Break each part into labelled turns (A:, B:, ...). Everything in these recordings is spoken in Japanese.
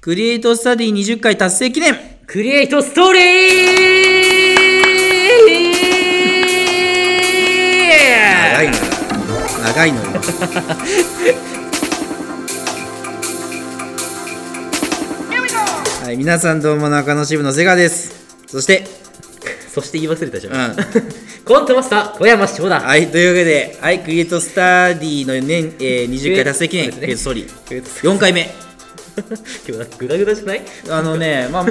A: クリエイトスタディ20回達成記念
B: クリエイトストーリー
A: 長いのよ長いのよはい皆さんどうも中野支部のセガですそして
B: そして言い忘れたじ
A: う
B: ゃ
A: ん
B: ん。コントマスター、小山翔だ。
A: はいというわけではいクリエイトスタディの年、えー、20回達成記念
B: そうです
A: ク
B: ね
A: リエイトストーリー
B: クリエイトス
A: 4回目
B: 今日なんかグダグダじゃない
A: あのね、まあ、あ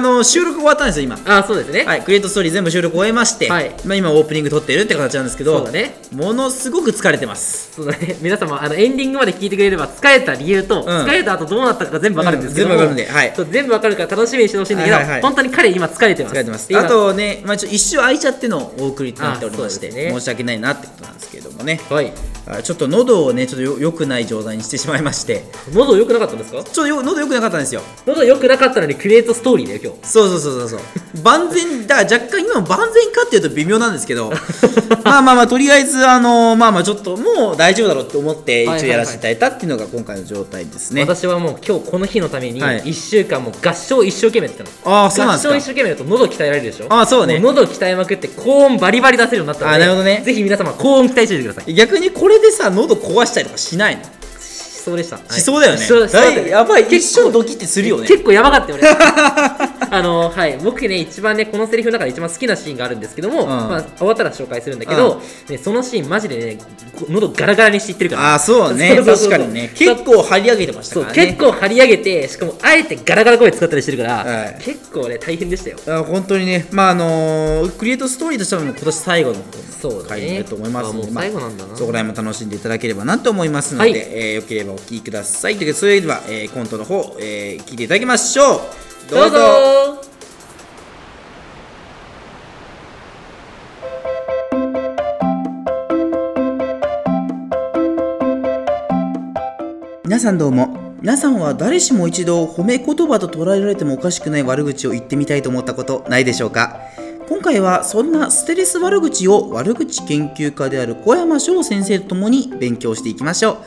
A: の収録終わったんですよ今
B: あ、そうですね。
A: はい、クリエイトストーリー全部収録終えまして、
B: はい
A: まあ、今オープニング撮ってるって形なんですけど
B: そうだね
A: ものすごく疲れてます
B: そうだね。皆様、あの、エンディングまで聞いてくれれば、疲れた理由と、疲れた後どうなったかが全部わかるんですけども、
A: うん全部わかるんではい
B: そう全部わかるから楽しみにしてほしいんだけど、
A: はいはいはい
B: 本当に彼今疲れてます。
A: 疲れてます
B: で今
A: あとね、まあ、ちょっと一瞬空いちゃってのお送りとなっておりまして、
B: あそうですね
A: 申し訳ないなってことなんですけれどもね
B: はい。
A: あちょっと喉をねちょっとよ良くない状態にしてしまいまして
B: 喉良くなかったんですか
A: ちょっとよ喉良くなかったんですよ
B: 喉良くなかったのにクリエイトストーリーだよ、今日。
A: そうそうそうそうそう 万全だから若干今も万全かっていうと微妙なんですけど まあまあまあとりあえずあのまあまあちょっともう大丈夫だろうって思って一応やらせていただいたっていうのが今回の状態ですね、
B: 私はもう今日この日のために
A: はい
B: 1週間もう合唱一生懸命やってたの、
A: ああそうなんです
B: 合唱
A: か
B: 一生懸命だと喉鍛えられるでしょ
A: あそうね
B: も喉鍛えまくって高音バリバリ出せるようになったので
A: あなるほどね
B: ぜひ皆様高音鍛えておいてください
A: 逆にこれでさ喉壊したりとかしないの、
B: しそうでした、はい
A: しそうだよね
B: しそうだしそうだった
A: だいやばい一瞬ドキってするよね
B: 結構やば かったよ俺あのはい僕ね一番ねこのセリフの中で一番好きなシーンがあるんですけども、
A: ん
B: まあ、終わったら紹介するんだけど、ね、そのシーンマジでねこ喉ガラガラにしていってるから
A: ああそうね
B: そうそうそうそう
A: 確かにね結構張り上げてました
B: そう
A: からね
B: 結構張り上げてしかもあえてガラガラ声使ったりしてるから、
A: はい
B: 結構ね大変でしたよ
A: あ本当にねまああのークリエイトストーリーとしてはもう今年最後の
B: そうだ
A: 回
B: ね
A: になると思いますので、
B: あもう最後なんだな
A: まあそこら辺も楽しんでいただければなと思いますので、
B: はい
A: えーよければお聴きくださいというわけでそれでは、えーコントの方、えー聞いていただきましょう
B: どうぞ
A: 皆さんどうも皆さんは誰しも一度褒め言葉と捉えられてもおかしくない悪口を言ってみたいと思ったことないでしょうか今回はそんなステレス悪口を悪口研究家である小山翔先生と共に勉強していきましょう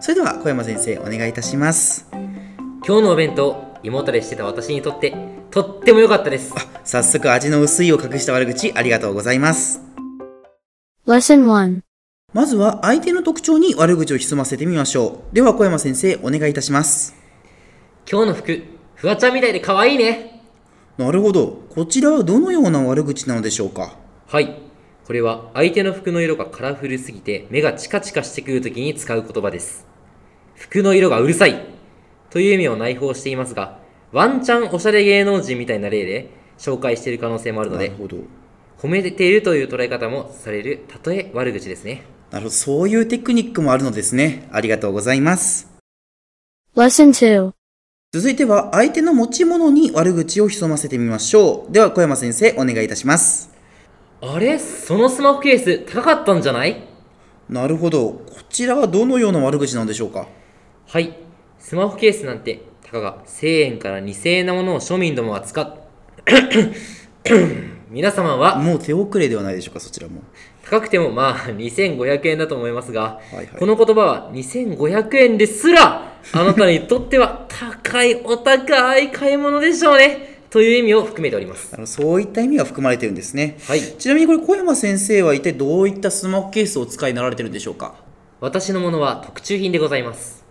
A: それでは小山先生お願いいたします
B: 今日のお弁当胃もたれしてた私にとってとっても良かったです
A: 早速味の薄いを隠した悪口ありがとうございます
C: Lesson 1.
A: まずは相手の特徴に悪口を潜ませてみましょうでは小山先生お願いいたします
B: 今日の服フワちゃんみたいで可愛いね
A: なるほどこちらはどのような悪口なのでしょうか
B: はいこれは相手の服の色がカラフルすぎて目がチカチカしてくるときに使う言葉です服の色がうるさいという意味を内包していますがワンチャンおしゃれ芸能人みたいな例で紹介している可能性もあるの
A: なる
B: で
A: ほど
B: 褒めているという捉え方もされるたとえ悪口ですね
A: なるほど、そういうテクニックもあるのですね。ありがとうございます。
C: Lesson 2.
A: 続いては、相手の持ち物に悪口を潜ませてみましょう。では、小山先生、お願いいたします。
B: あれそのスマホケース高かったんじゃない
A: なるほど、こちらはどのような悪口なのでしょうか
B: はいスマホケースなんてたかが1000円から2000円なものを庶民どもは使っ 皆様は
A: もう手遅れではないでしょうか、そちらも。
B: 高くてもまあ2500円だと思いますが、
A: いはい
B: この言葉は2500円ですらあなたにとっては高いお高い買い物でしょうねという意味を含めております
A: なるほどそういった意味が含まれてるんですね。
B: はい
A: ちなみにこれ、小山先生は一体どういったスマホケースをお使いになられてるんでしょうか
B: 私のものは特注品でございます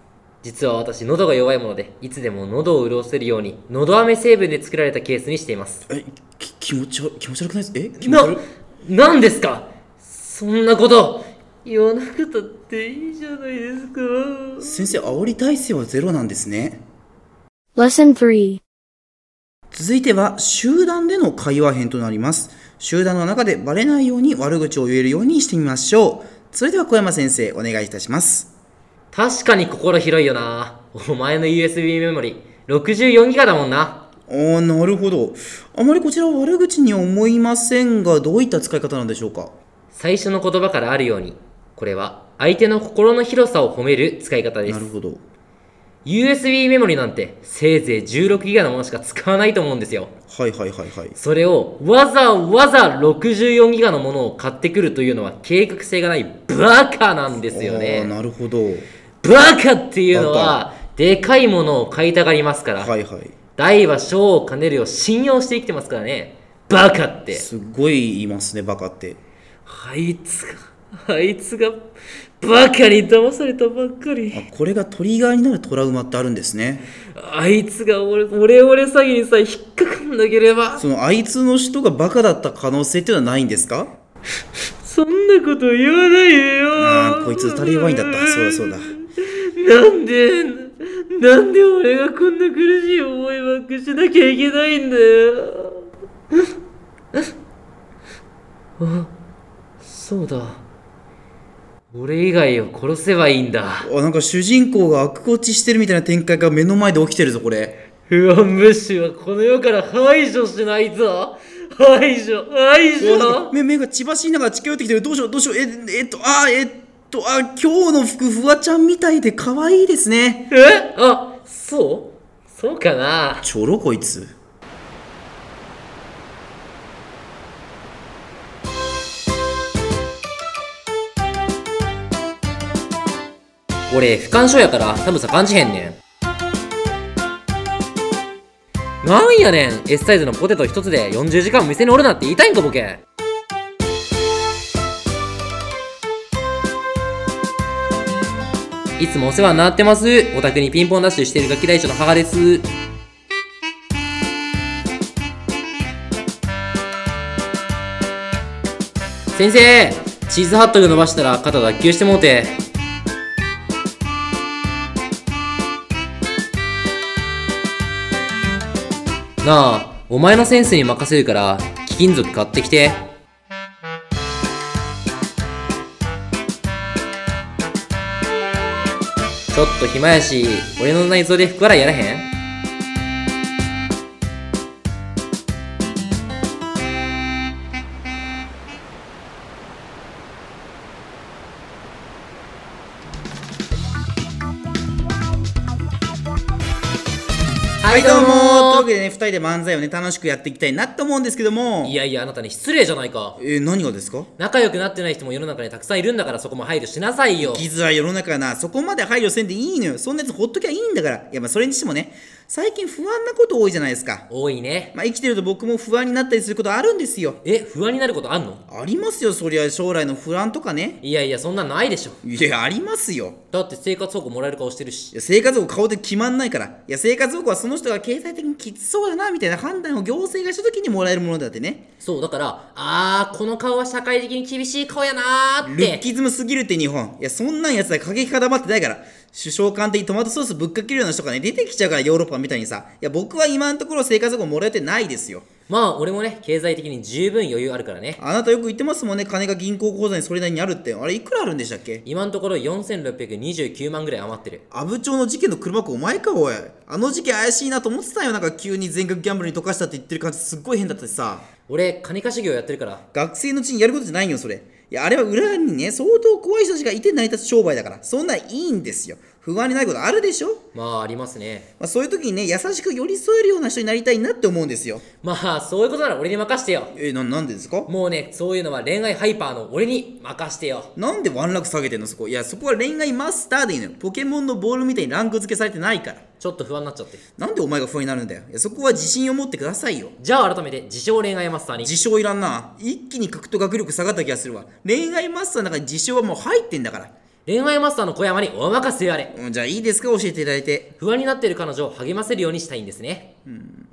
B: 実は私喉が弱いものでいつでも喉を潤せるように喉飴成分で作られたケースにしています
A: え、き気持ち悪気持ち悪くないですえ気持ち
B: な
A: 悪い
B: 何ですかそんなこと言わなくたっていいじゃないですか
A: 先生、煽り耐性はゼロなんですね。
C: Lesson 3.
A: 続いては集団での会話編となります集団の中でバレないように悪口を言えるようにしてみましょうそれでは小山先生お願いいたします
B: 確かに心広いよなお前の USB メモリ64ギガだもんな
A: あーなるほどあまりこちらは悪口には思いませんがどういった使い方なんでしょうか
B: 最初の言葉からあるようにこれは相手の心の広さを褒める使い方で
A: な
B: す
A: るほど
B: USB メモリなんてせいぜい16ギガのものしか使わないと思うんですよ
A: はいはいはいはい
B: それをわざわざ64ギガのものを買ってくるというのは計画性がないバカなんですよ
A: あー
B: ね
A: なるほど
B: バカっていうのはでかいものを買いたがりますから、
A: はいはい
B: 大は小を兼ねるよう信用して生きてますからね。バカって。
A: すごい言いますねバカって
B: あいつが、あいつが、バカに騙されたばっかり。
A: あこれがトリガーになるトラウマってあるんですね
B: あいつが俺、俺俺詐欺にさ、引っかかんなければ。
A: そのあいつの人がバカだった可能性っていうのはないんですか
B: そんなこと言わないでよ
A: ああこいつタリーワインだったそうだそうだ
B: なんでなんで俺がこんな苦しい思いばっかしなきゃいけないんだよあそうだ俺以外を殺せばいいんだ
A: あなんか主人公が悪落ちしてるみたいな展開が目の前で起きてるぞこれ
B: 不安物資はこの世から排除しないぞ排除排
A: うわなんか
B: 除
A: 目目が血走りながら近寄ってきてるどうしようどうしようええっとあーえっとあ今日の服フワちゃんみたいで可愛いですね
B: えあそうそうかな
A: ちょろこいつ
B: 俺不干渉やから寒さ感じへんねんなんやねん S サイズのポテト一つで40時間店におるなって言いたいんかボケいつもお世話になってますお宅にピンポンダッシュしてるガキ大将の母です先生チーズハットグ伸ばしたら肩脱臼してもうてなあ、お前のセンスに任せるから、貴金属買ってきて。ちょっと暇やし、俺の内臓で服洗いやらへんは
A: というわけでね2人で漫才をね楽しくやっていきたいなと思うんですけども
B: いやいや、あなたね、失礼じゃないか。
A: えー何がですか
B: 仲良くなってない人も世の中にたくさんいるんだから、そこも配慮しなさいよ。
A: 傷は世の中やなそこまで配慮せんでいいのよそんなやつほっときゃいいんだからいやまあそれにしてもね最近不安なこと多いじゃないですか
B: 多いね。
A: まあ生きてると僕も不安になったりすることあるんですよ
B: え、不安になることあんの
A: ありますよそりゃ将来の不安とかね
B: いやいや、そんなんないでしょ。
A: いやありますよ
B: だって生活保護もらえる顔してる
A: い
B: し。
A: や生活保護顔で決まんないからいや生活保護はその人が経済的にきつそうだなみたいな判断を行政がした時にもらえるものだってね
B: そう、だから、あー、この顔は社会的に厳しい顔やなーっ
A: ルッ
B: て。
A: キズムすぎるって日本いやそんなんやつは過激固まってないから首相官邸にトマトソースぶっかけるような人がね出てきちゃうからヨーロッパみたいにさいや僕は今のところ生活保護もらえてないですよ
B: まあ、俺もね、経済的に十分余裕あるからね。
A: あなたよく言ってますもんね金が銀行口座にそれなりにあるってあれいくらあるんでしたっけ
B: 今のところ4629万ぐらい余ってる。
A: 阿武町の事件の黒幕お前かおいあの事件怪しいなと思ってたよなんか急に全額ギャンブルに溶かしたって言ってる感じすっごい変だったしさ
B: 俺、金貸し業やってるから。
A: 学生のうちにやることじゃないよそれいやあれは裏にね相当怖い人たちがいて成り立つ商売だからそんなんいいんですよ不安にないことあるでしょ
B: まあ、ありますね。
A: まあ、そういう時にね優しく寄り添えるような人になりたいなって思うんですよ
B: まあ、そういうことなら俺に任してよ。
A: えななんでですか
B: もうね、そういうのは恋愛ハイパーの俺に任してよ。
A: なんでワンランク下げてんのそこいやそこは恋愛マスターでいいのよポケモンのボールみたいにランク付けされてないから
B: ちょっと不安になっちゃって。
A: なんでお前が不安になるんだよいやそこは自信を持ってくださいよ
B: じゃあ改めて、自称恋愛マスターに。
A: 自称いらんな一気に格闘学力下がった気がするわ恋愛マスターの中に自称はもう入ってんだから、
B: 恋愛マスターの小山にお任せあれ。
A: うん、じゃあいいですか教えていただいて
B: 不安になっている彼女を励ませるようにしたいんですね。うん。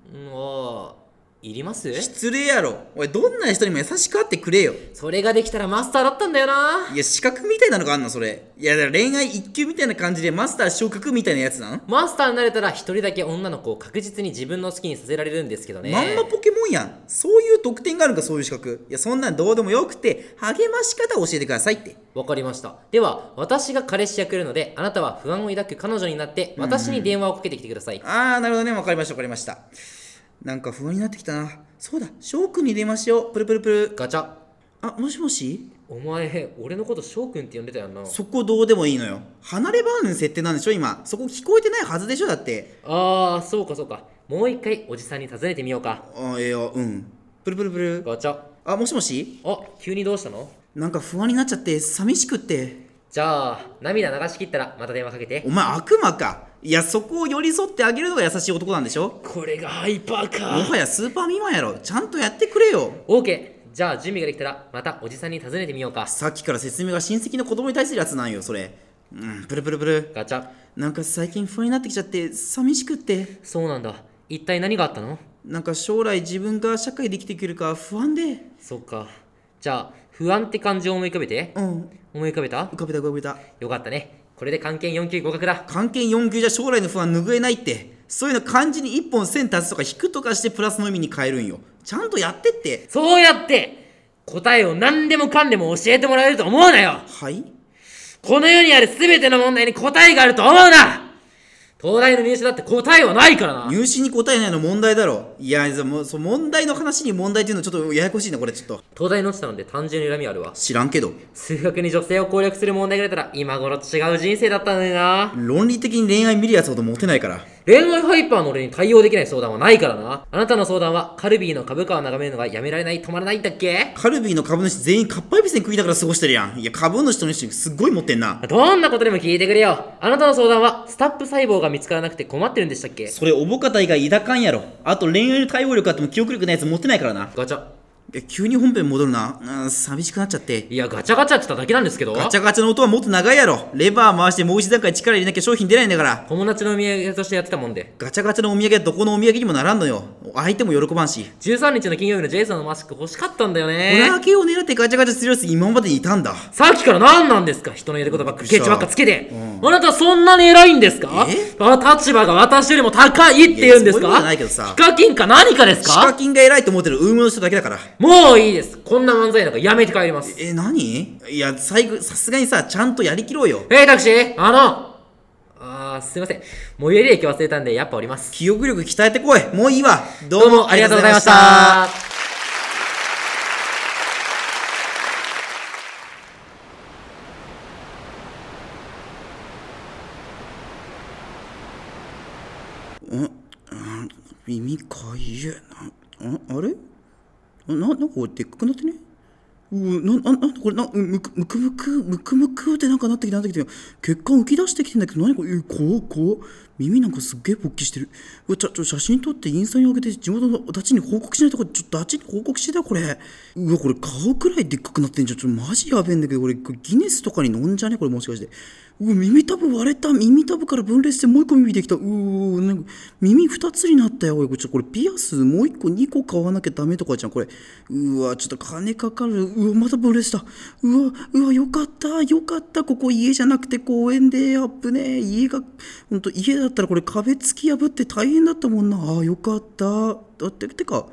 B: おー、いります
A: 失礼やろおいどんな人にも優しくあってくれよ
B: それができたらマスターだったんだよない
A: や資格みたいなのがあんのそれいやだから恋愛一級みたいな感じでマスター昇格みたいなやつなの
B: マスターになれたら一人だけ女の子を確実に自分の好きにさせられるんですけどね。
A: まんまポケモンやんそういう特典があるんかそういう資格いやそんなんどうでもよくて励まし方を教えてくださいって
B: わかりました。では、私が彼氏役やるので、あなたは不安を抱く彼女になって、私に電話をかけてきてください。
A: ああなるほどねわかりましたわかりましたなんか不安になってきたなそうだ翔くんに電話しようプルプルプル
B: ガチャ。
A: あもしもし
B: お前、俺のこと翔くんって呼んでたよな。
A: そこどうでもいいのよ離れ離れの設定なんでしょ今そこ聞こえてないはずでしょだって
B: あー、そうかそうか。もう一回おじさんに尋ねてみようか。
A: あいやうんプルプルプル
B: ガチャ。
A: あもしもし
B: あ、急にどうしたの
A: なんか不安になっちゃって寂しくって
B: じゃあ、涙流し切ったらまた電話かけて。
A: お前悪魔かいやそこを寄り添ってあげるのが優しい男なんでしょ
B: これがハイパー
A: も
B: か
A: はやスーパー未満やろちゃんとやってくれよ
B: OK じゃあ準備ができたらまたおじさんに尋ねてみようか
A: さっきから説明が親戚の子供に対するやつなんよそれうんプルプルプル
B: ガチャ
A: なんか最近不安になってきちゃって寂しくって
B: そうなんだ一体何があったの
A: なんか将来自分が社会で生きてくるか不安で
B: そっかじゃあ不安って漢字を思い浮かべて
A: うん
B: 思い浮かべた
A: 浮かべた浮かべた
B: よかったねこれで漢検4級合格だ
A: 関係4級じゃ将来の不安拭えないってそういうの漢字に1本線足すとか引くとかしてプラスの意味に変えるんよちゃんとやってって
B: そうやって答えを何でもかんでも教えてもらえると思うなよ
A: はい
B: この世にある全ての問題に答えがあると思うな東大の入試だって答えはないからな
A: 入試に答えないの問題だろいやでもそ問題の話に問題っていうのちょっとややこしいなこれちょっと
B: 東大の落ちたので単純に恨みあるわ
A: 知らんけど
B: 数学に女性を攻略する問題が出たら今頃違う人生だったのにな
A: 論理的に恋愛見るやつほどモテないから
B: 恋愛ハイパーの俺に対応できない相談はないからなあなたの相談はカルビーの株価を眺めるのがやめられない止まらないんだっけ
A: カルビーの株主全員かっぱえびせん食いながら過ごしてるやんいや株主との人すっごいモテんな
B: どんなことでも聞いてくれよあなたの相談はスタップ細胞が見つからなくて困ってるんでしたっけ
A: それおぼかた以外抱かんやろあと恋愛の対応力あっても記憶力ないやつモテないからな
B: ガチャ
A: え急に本編戻るなうん寂しくなっちゃって
B: いやガチャガチャって言っただけなんですけど
A: ガチャガチャの音はもっと長いやろレバー回してもう一段階力入れなきゃ商品出ないんだから
B: 友達のお土産としてやってたもんで
A: ガチャガチャのお土産はどこのお土産にもならんのよ相手も喜ばんし
B: 13日の金曜日のジェイソンのマスク欲しかったんだよ
A: お腹
B: ね
A: 系を狙ってガチャガチャするやつ今までにいたんだ
B: さっきから何なんですか人のやることばっか
A: びっくり
B: りケ
A: した
B: チばっかつけて、
A: うん
B: あなたはそんなに偉いんですか
A: え
B: あ立場が私よりも高いって言うんで
A: いやそういうこ
B: す
A: と
B: か
A: じゃないけどさ
B: ヒカキンか何かです
A: ヒカ
B: か
A: キンが偉いと思ってるウームの人だけだから
B: もういいですこんな漫才なんかやめて帰ります
A: え何いや最後さすがにさちゃんとやりきろうよ
B: えー、タクシーあのあーすいません最寄り駅忘れたんでやっぱ降ります
A: 記憶力鍛えてこいもういいわど
B: ど
A: う
B: う
A: も
B: も
A: あ
B: あ
A: り
B: り
A: が
B: が
A: と
B: と
A: う
B: う
A: ござ
B: ござ
A: い
B: い
A: ま
B: ま
A: し
B: したた
A: 耳かゆいなああれななんかでっかくなってねうなななんだこれなうむくむくむくむくむくってなんかなってきてなってきて血管浮き出してきてんだけど何これえ怖っ怖っ耳なんかすっげえ勃起してるうわちょちょ写真撮ってインスタに上げて地元のダチに報告しないとこれちょっとダチに報告してたよこれうわこれ顔くらいでっかくなってんじゃんちょっとマジやべえんだけどこれこれギネスとかに飲んじゃねこれもしかしてうわ耳たぶ割れた耳たぶから分裂してもう一個耳できたうーなんか耳二つになったよおいこれちょこれピアスもう一個二個買わなきゃダメとかじゃんこれうわちょっと金かかるうわまた分裂したうわうわよかったよかったここ家じゃなくて公園でアップねえ家がほんと家だったらこれ壁突き破って大変だったもんなあーよかっただっててか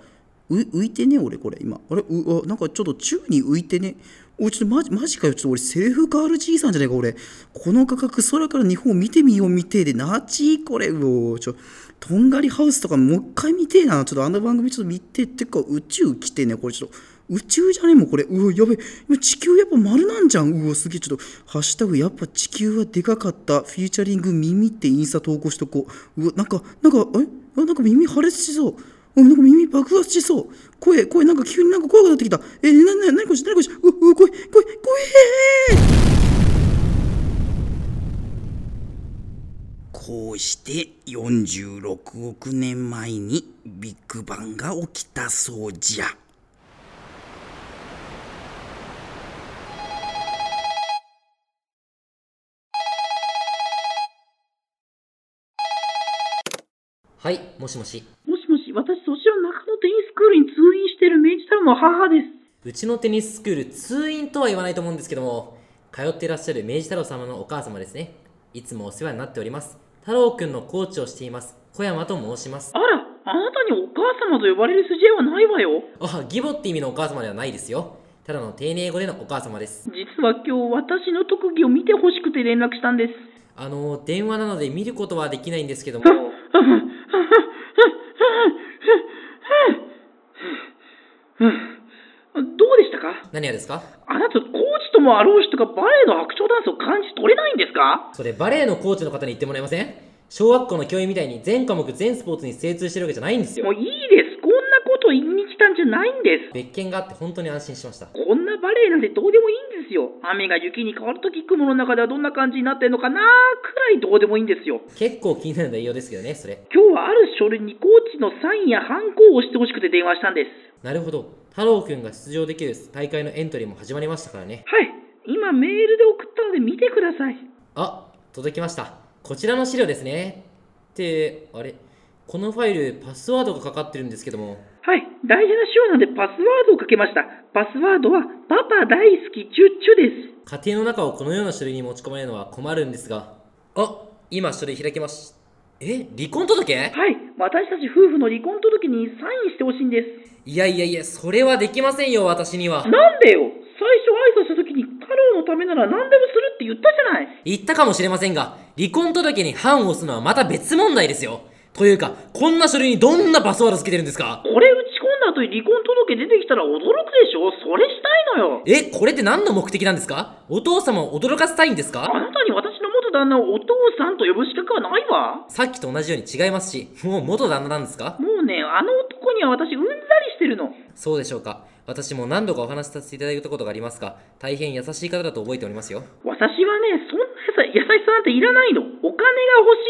A: う浮いてね俺これ今あれうあなんかちょっと宙に浮いてねおいちょっとマジマジかよちょっと俺セルフガール爺さんじゃねえか俺この価格空から日本を見てみよう見てえでなちーこれうおちょとんがりハウスとかもう一回見てえなちょっとあの番組ちょっと見てえってか宇宙来てんねこれちょっと宇宙じゃねえもんこれうわやべえ今地球やっぱ丸なんじゃんうわすげえちょっと「ハッシュタグやっぱ地球はでかかった」フューチャリング耳ってインスタ投稿しとこううわなんかなんかえあなんか耳破裂しそううんなんか耳爆発しそう。声、声、なんか急になんか怖くなってきた。えー、な、な、なにこれ、なにこれ、う、う、声、声、声、こうして46億年前にビッグバンが起きたそうじゃ。
B: はいもしもし
D: もしもし、私、そちらの中野テニスクールに通院している明治太郎の母です。
B: うちのテニススクール通院とは言わないと思うんですけども通っていらっしゃる明治太郎様のお母様ですねいつもお世話になっております太郎くんのコーチをしています小山と申します
D: あら、あなたにお母様と呼ばれる筋合いはないわよ。
B: あ義母って意味のお母様ではないですよただの丁寧語でのお母様です
D: 実は今日、私の特技を見てほしくて連絡したんです。
B: あの電話なので見ることはできないんですけども
D: どうでしたか
B: 何がですか
D: あなた、コーチともあろうしとか、バレエの白鳥ダンスを感じ取れないんですか
B: それバレエのコーチの方に言ってもらえません小学校の教員みたいに全科目全スポーツに精通してるわけじゃないんですよ
D: もういいです。こんなこと言いに来たんじゃないんです。
B: 別件があって本当に安心しました。
D: こんなバレエなんてどうでもいいんですよ。雨が雪に変わるとき雲の中ではどんな感じになってんのかなーくらいどうでもいいんですよ。
B: 結構気になる内容ですけどね、それ。
D: 今日はある書類にコーチのサインやハンコを押してほしくて電話したんです。
B: なるほど。太郎くんが出場できる大会のエントリーも始まりましたからね。
D: はい、今メールで送ったので見てください。
B: あ、届きました。こちらの資料ですね。って、あれこのファイル、パスワードがかかってるんですけども。
D: はい、大事な手話なのでパスワードをかけました。パスワードはパパ大好きチュッチュです。
B: 家庭の中をこのような書類に持ち込まれるのは困るんですが。あ、今書類開きましえ離婚届
D: はい、私たち夫婦の離婚届にサインしてほしいんです。
B: いやいやいや、それはできませんよ、私には。
D: なんでよ最初挨拶した時に太郎のためなら何でもするって言ったじゃない。
B: 言ったかもしれませんが、離婚届に判を押すのはまた別問題ですよ。というか、こんな書類にどんなパスワードつけてるんですか
D: これ打ち込んだ後に離婚届出てきたら驚くでしょそれしたいのよ。
B: え、これって何の目的なんですかお父様を驚かせたいんです
D: あ
B: か
D: なたに私の元旦那をお父さんと呼ぶ資格はないわ。
B: さっきと同じように違いますし、もう元旦那なんですか
D: もうね、あの男には私うんざりしてるの。
B: そうでしょうか。私も何度かお話しさせていただいたことがありますが、大変優しい方だと覚えておりますよ。
D: 私はね、そんな優しさなんていらないの。お金が欲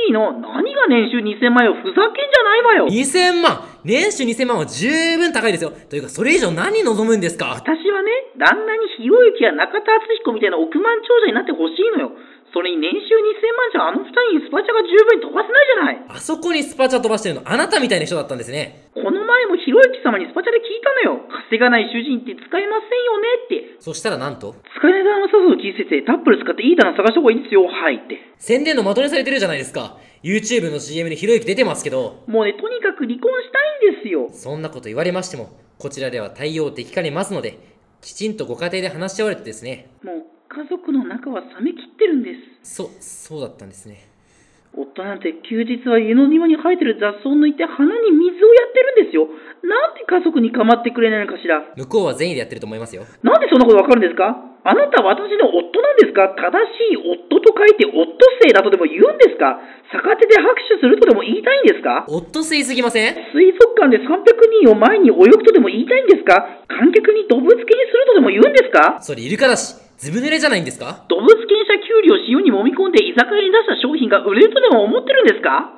D: しいの。何が年収2000万よ。ふざけんじゃないわよ。
B: 2000万年収2000万は十分高いですよ。というか、それ以上何望むんですか
D: 私はね、旦那にひろゆきや中田敦彦みたいな億万長者になってほしいのよ。それに年収2000万じゃあの二人にスパチャが十分に飛ばせないじゃない。
B: あそこにスパチャ飛ばしてるの、あなたみたいな人だったんですね。
D: この前もひろゆき様にスパチャで聞いたのよ。稼がない主人って使えませんよねって。
B: そしたらなんと
D: 使えない旦那誘う聞いてて、タップル使っていい旦那探した方がいいんですよ。はいって。
B: 宣伝の的にされてるじゃないですか YouTube の CM にひろゆき出てますけど
D: もうね、とにかく離婚したいんですよ。
B: そんなこと言われましてもこちらでは対応できかねますのできちんとご家庭で話し合われてですね
D: もう家族の中は冷めきってるんです。
B: そそうだったんですね
D: 夫なんて休日は家の庭に生えてる雑草を抜いて花に水をやってるんですよ。なんで家族に構ってくれないのかしら。
B: 向こうは善意でやってると思いますよ
D: なんでそんなことわかるんですかあなた私の夫なんですか正しい夫と書いて夫姓だとでも言うんですか逆手で拍手するとでも言いたいんですか
B: 夫吸いすぎません
D: 水族館で300人を前に泳ぐとでも言いたいんですか観客にドブ付けにするとでも言うんですか
B: それイルカだしずぶ濡れじゃないんですか
D: ドブ付けにしたキュウリを塩に揉み込んで居酒屋に出した商品が売れるとでも思ってるんですか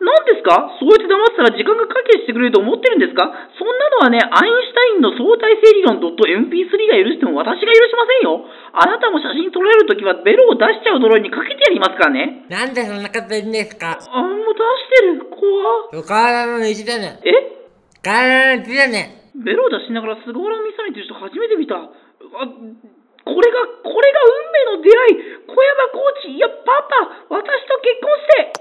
D: 何ですかそうやって黙ってたら時間がかけしてくれると思ってるんですかそんなのはね、アインシュタインの相対性理論 .mp3 が許しても私が許しませんよ。あなたも写真撮られるときはベロを出しちゃう呪いにかけてやりますからね。
B: なんでそんなこと言うんですか
D: あ、もう出してる。怖っ
B: 体の一だね
D: え
B: 体の一だね
D: ベロを出しながら菅原美沙にという人初めて見た。あ、これが、これが運命の出会い。小山コーチ、いや、パパ、私と結婚して。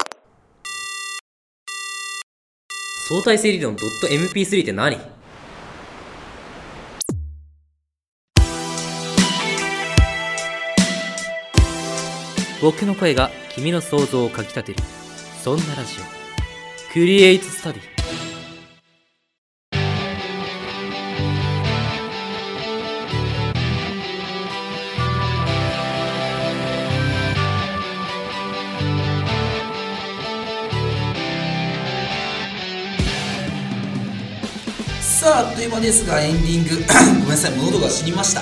B: 相対性理論 .mp3 って何僕の声が君の想像をかきたてるそんなラジオクリエイトスタディ
A: さああっという間ですがエンディング ごめんなさい喉が死にま した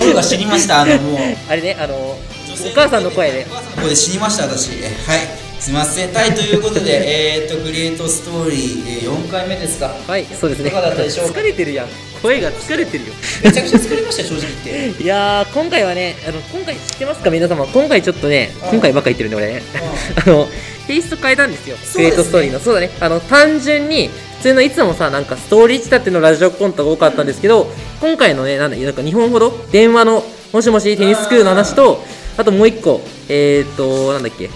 A: 喉が死にましたあのもう
B: あれねあの
A: 女性
B: お母さんの声で
A: お母さんの声で死にました私えはいすいませんはいということ でえーっとクリエイトストーリー、えー、4回目ですか
B: はいそうですね
A: いかがだったでしょうか
B: 疲れてるやん声が疲れてるよ
A: めちゃくちゃ疲れました正直言っ て
B: いやー今回はねあの今回知ってますか皆様今回ちょっとね
A: うん
B: 今回ばっか言ってるんで俺ね あのテイスト変えたんですよ
A: そ
B: ク
A: う
B: リエ
A: ですね
B: イトストーリーのそうだねあの単純に普通のいつもさなんかストーリー仕立てのラジオコントが多かったんですけど今回のねなんだなんか2本ほど電話のもしもしテニスクールの話とあともう1個えー、っとなんだっけ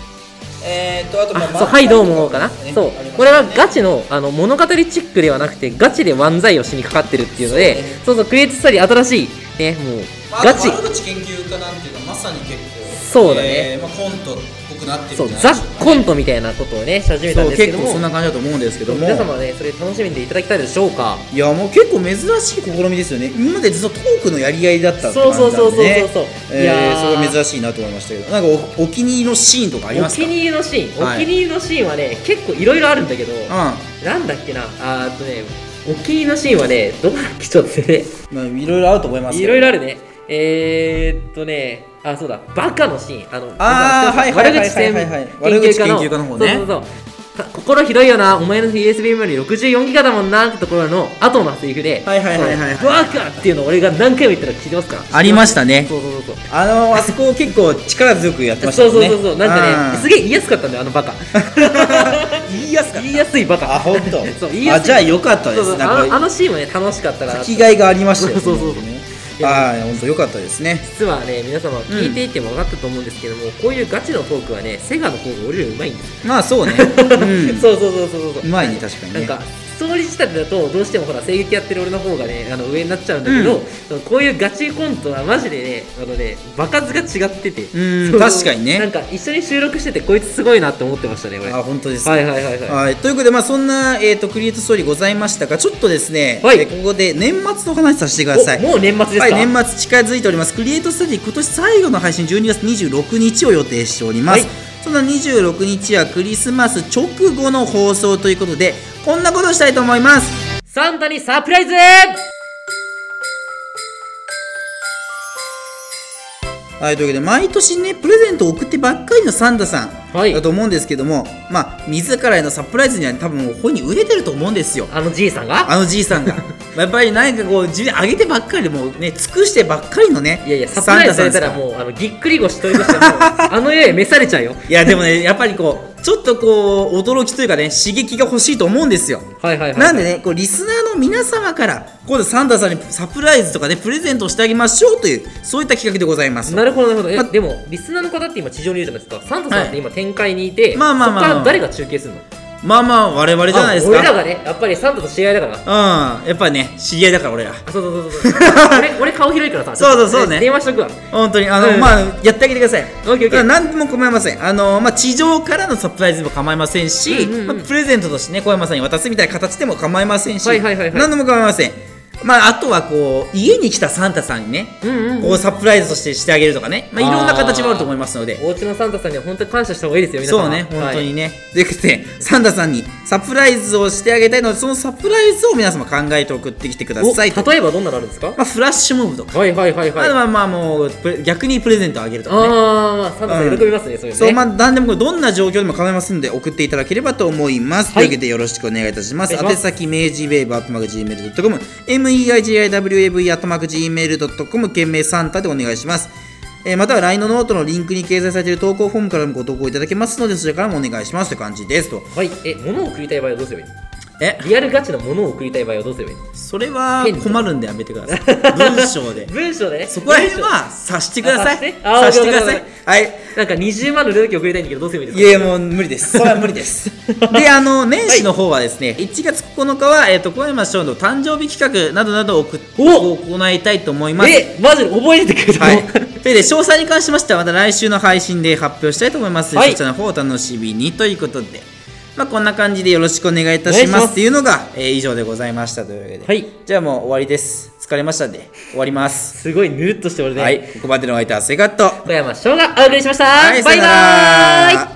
A: えーっとあとまあ
B: あそうはいどうもかな、
A: ね
B: そう
A: ありましたね
B: これはガチのあの物語チックではなくてガチで漫才をしにかかってるっていうので
A: そうね
B: そうそうクリエイトストーリー新しいねもう
A: まあ、
B: ガチ
A: 悪口研究家なんていうのはまさに結構
B: そうだね
A: えーまあ、コントっぽくなってる
B: そう、
A: んじゃな
B: ザ
A: いでしょう・か
B: コントみたいなことをね、し始めたんですけども、
A: 感じだと思うんですけ
B: 皆様はね、それ楽しみでいただきたいでしょうか。
A: いやもう結構珍しい試みですよね今までずっとトークのやり合いだったって
B: そうそうそうそうそ
A: 感
B: う
A: じなんでね
B: いや
A: え
B: ー
A: ー、すごい珍しいなと思いましたけどなんかおお気に入りのシーンとかあり
B: お
A: ます
B: 気
A: か
B: に入りのシーン、
A: はい
B: お気に入りのシーンはね、結構いろいろあるんだけど、
A: うん
B: なんだっけな、あーっとね、お気に入りのシーンはね、どこだっけちょっとね、
E: まあ、いろいろあると思います
B: い
E: けど
B: ろいろあるね。えー、っとね、あ、そうだ、バカのシーン。あの、
E: あー
B: バカ
E: はいはい
B: 悪
E: はい
B: 口専
E: はいはい
B: 研究家の
E: 悪口研究家の方
B: そ
E: ね
B: うそうそう。か心広いよな、お前の USB メモリ64ギガだもんなってところの後のセリフで、
E: はいはいはいはいはい
B: そのバカっていうのを俺が何回も言ったら聞いてますから。
E: ありましたね
B: そうそうそうそう。
E: あのあそこ結構力強くやってました
B: そう
E: よ
B: そう
E: ね
B: そうそう、なんかね、すげ
E: げ
B: え言いやすかったんだよ、あのバカ。
E: 言いやすかった
B: 言いやすいバカ。
E: あ本当
B: そう、言いやすい。
E: あじゃあよかったです
B: そうそう
E: な
B: あ
E: ん
B: の
E: か
B: あのシーンもね、楽しかったから。
E: 書きがいがありましたよね
B: そうそうそう
E: ねはい本当よかったですね
B: 実はね皆様聞いていても分かったと思うんですけども、こういうガチのトークはねセガの方が俺よりうまいんですよ、
E: ま あそうねうん
B: そうそうそうそうそう
E: うまいね確かに
B: なん
E: ね
B: かストーリー仕立てだとどうしてもほら声撃やってる俺の方がねあの上になっちゃうんだけど、そのこういうガチコントはマジでねあのね場数が違ってて
E: うん
B: そう
E: 確かにね
B: なんか一緒に収録しててこいつすごいなって思ってましたね俺
E: あ本当ですか
B: はいはいはいはい
E: はい、ということで、まあ、そんな、えー、とクリエイトストーリーございましたがちょっとですね、
B: はい
E: えーここで年末の話させてください
B: おもう年末ですか、
E: はい、年末近づいておりますクリエイトストーリー今年最後の配信12月26日を予定しております、
B: はい
E: その26日はクリスマス直後の放送ということでこんなことしたいと思います
B: サンタにサプライズ
E: はいというわけで毎年ねプレゼントを送ってばっかりのサンタさん
B: はい
E: だと思うんですけども、まあ自らへのサプライズには多分本に売れてると思うんですよ
B: あのじいさんが
E: あのじいさ んがやっぱり何かこう自分上げてばっかりでもうね尽くしてばっかりのね
B: いやいやサプライズされたら
E: サンタさんですから
B: もうあのぎっくり腰とりましたらもうあの世へ召されちゃうよ
E: いやでもねやっぱりこうちょっとこう驚きというかね刺激が欲しいと思うんですよ
B: はいはいはい、
E: なんでねこうリスナーの皆様から今度サンタさんにサプライズとかねプレゼントしてあげましょうというそういった企画でございます
B: なるほどなるほどえ、
E: ま
B: でもリスナーの方って今地上にいるじゃないですかサンタさんって今展開にいて、
E: まあまあまあ
B: そこから誰が中継するの
E: まあまあ我々じゃないですか
B: あ俺らがねやっぱりサンタと知り合いだから
E: うんやっぱね知り合いだから俺ら
B: あそうそうそうそう俺俺顔広いからさ
E: そうそうそうね
B: 電話しとくわ
E: 本当にあの、
B: うん
E: まあやってあげてください
B: オッケーオッケー
E: 何でも構いませんあの、まあ、地上からのサプライズでも構いませんし、
B: うんうんうん
E: まあプレゼントとしてね小山さんに渡すみたいな形でも構いませんし、
B: はいはいはいはい
E: 何でも構いませんまああとはこう家に来たサンタさんにね、
B: うんうん
E: こうサプライズとしてしてあげるとかね、まあ、いろんな形もあると思いますので
B: お家のサンタさんには本当に感謝した方がいいですよ皆様
E: そうね
B: は
E: 本
B: い
E: 当にね、ということでサンタさんにサプライズをしてあげたいのでそのサプライズを皆様考えて送ってきてくださいと
B: お例えばどんなのあるんですか
E: まあ、フラッシュモブとか、
B: はいはいはいはい
E: あと
B: あ
E: はまあもうプレ逆にプレゼントをあげるとかね
B: あーサンタさん喜びますね、そういうのね
E: そう、まあ、何でもどんな状況でも構いませんので送っていただければと思います。
B: はい
E: というわけでよろしくお願いいたします。
B: お願いします
E: 宛先、明治ウェーブ、アットマーク Gmail.com、meigiwav、アットマーク Gmail.com、件名サンタでお願いします。えーまたは LINE のノートのリンクに掲載されている投稿フォームからもご投稿いただけますので、そちらからもお願いしますという感じですと。
B: はいえ物を送りたい場合はどうすればいいの
E: え、
B: リアルガチの物を送りたい場合はどうすればいいの
E: それは
B: 変に
E: 困るんでやめてください。文 章で。
B: 文章でね
E: そこら辺は察してください。
B: あ察
E: 察
B: し
E: してて
B: あ
E: ください。はい。
B: なんか20万の料金送りたいんだけどどうすればいいです
E: い
B: か
E: やもう無理です。それは無 理です。で、あの年始の方はですね、1月9日はえっ、と小山翔の誕生日企画などなどを送っ
B: お
E: 行いたいと思います。
B: えマジで覚えててくれた
E: は
B: の、
E: い。ということで詳細に関しましてはまた来週の配信で発表したいと思います。
B: はい
E: そちらの方をお楽しみにということで、まあこんな感じでよろしくお願いいた
B: お
E: し
B: 願い
E: ま
B: し
E: す
B: ます
E: っていうのが、えー以上でございましたというわけで、
B: はい
E: じゃあもう終わりです。疲れましたんで終わります。
B: すごいぬるっとして俺ね、
E: はい。ここまでのお相手はセガット。
B: 小山翔がお送りしました、
E: はい、
B: バイ
E: さよな
B: バーイ
E: ら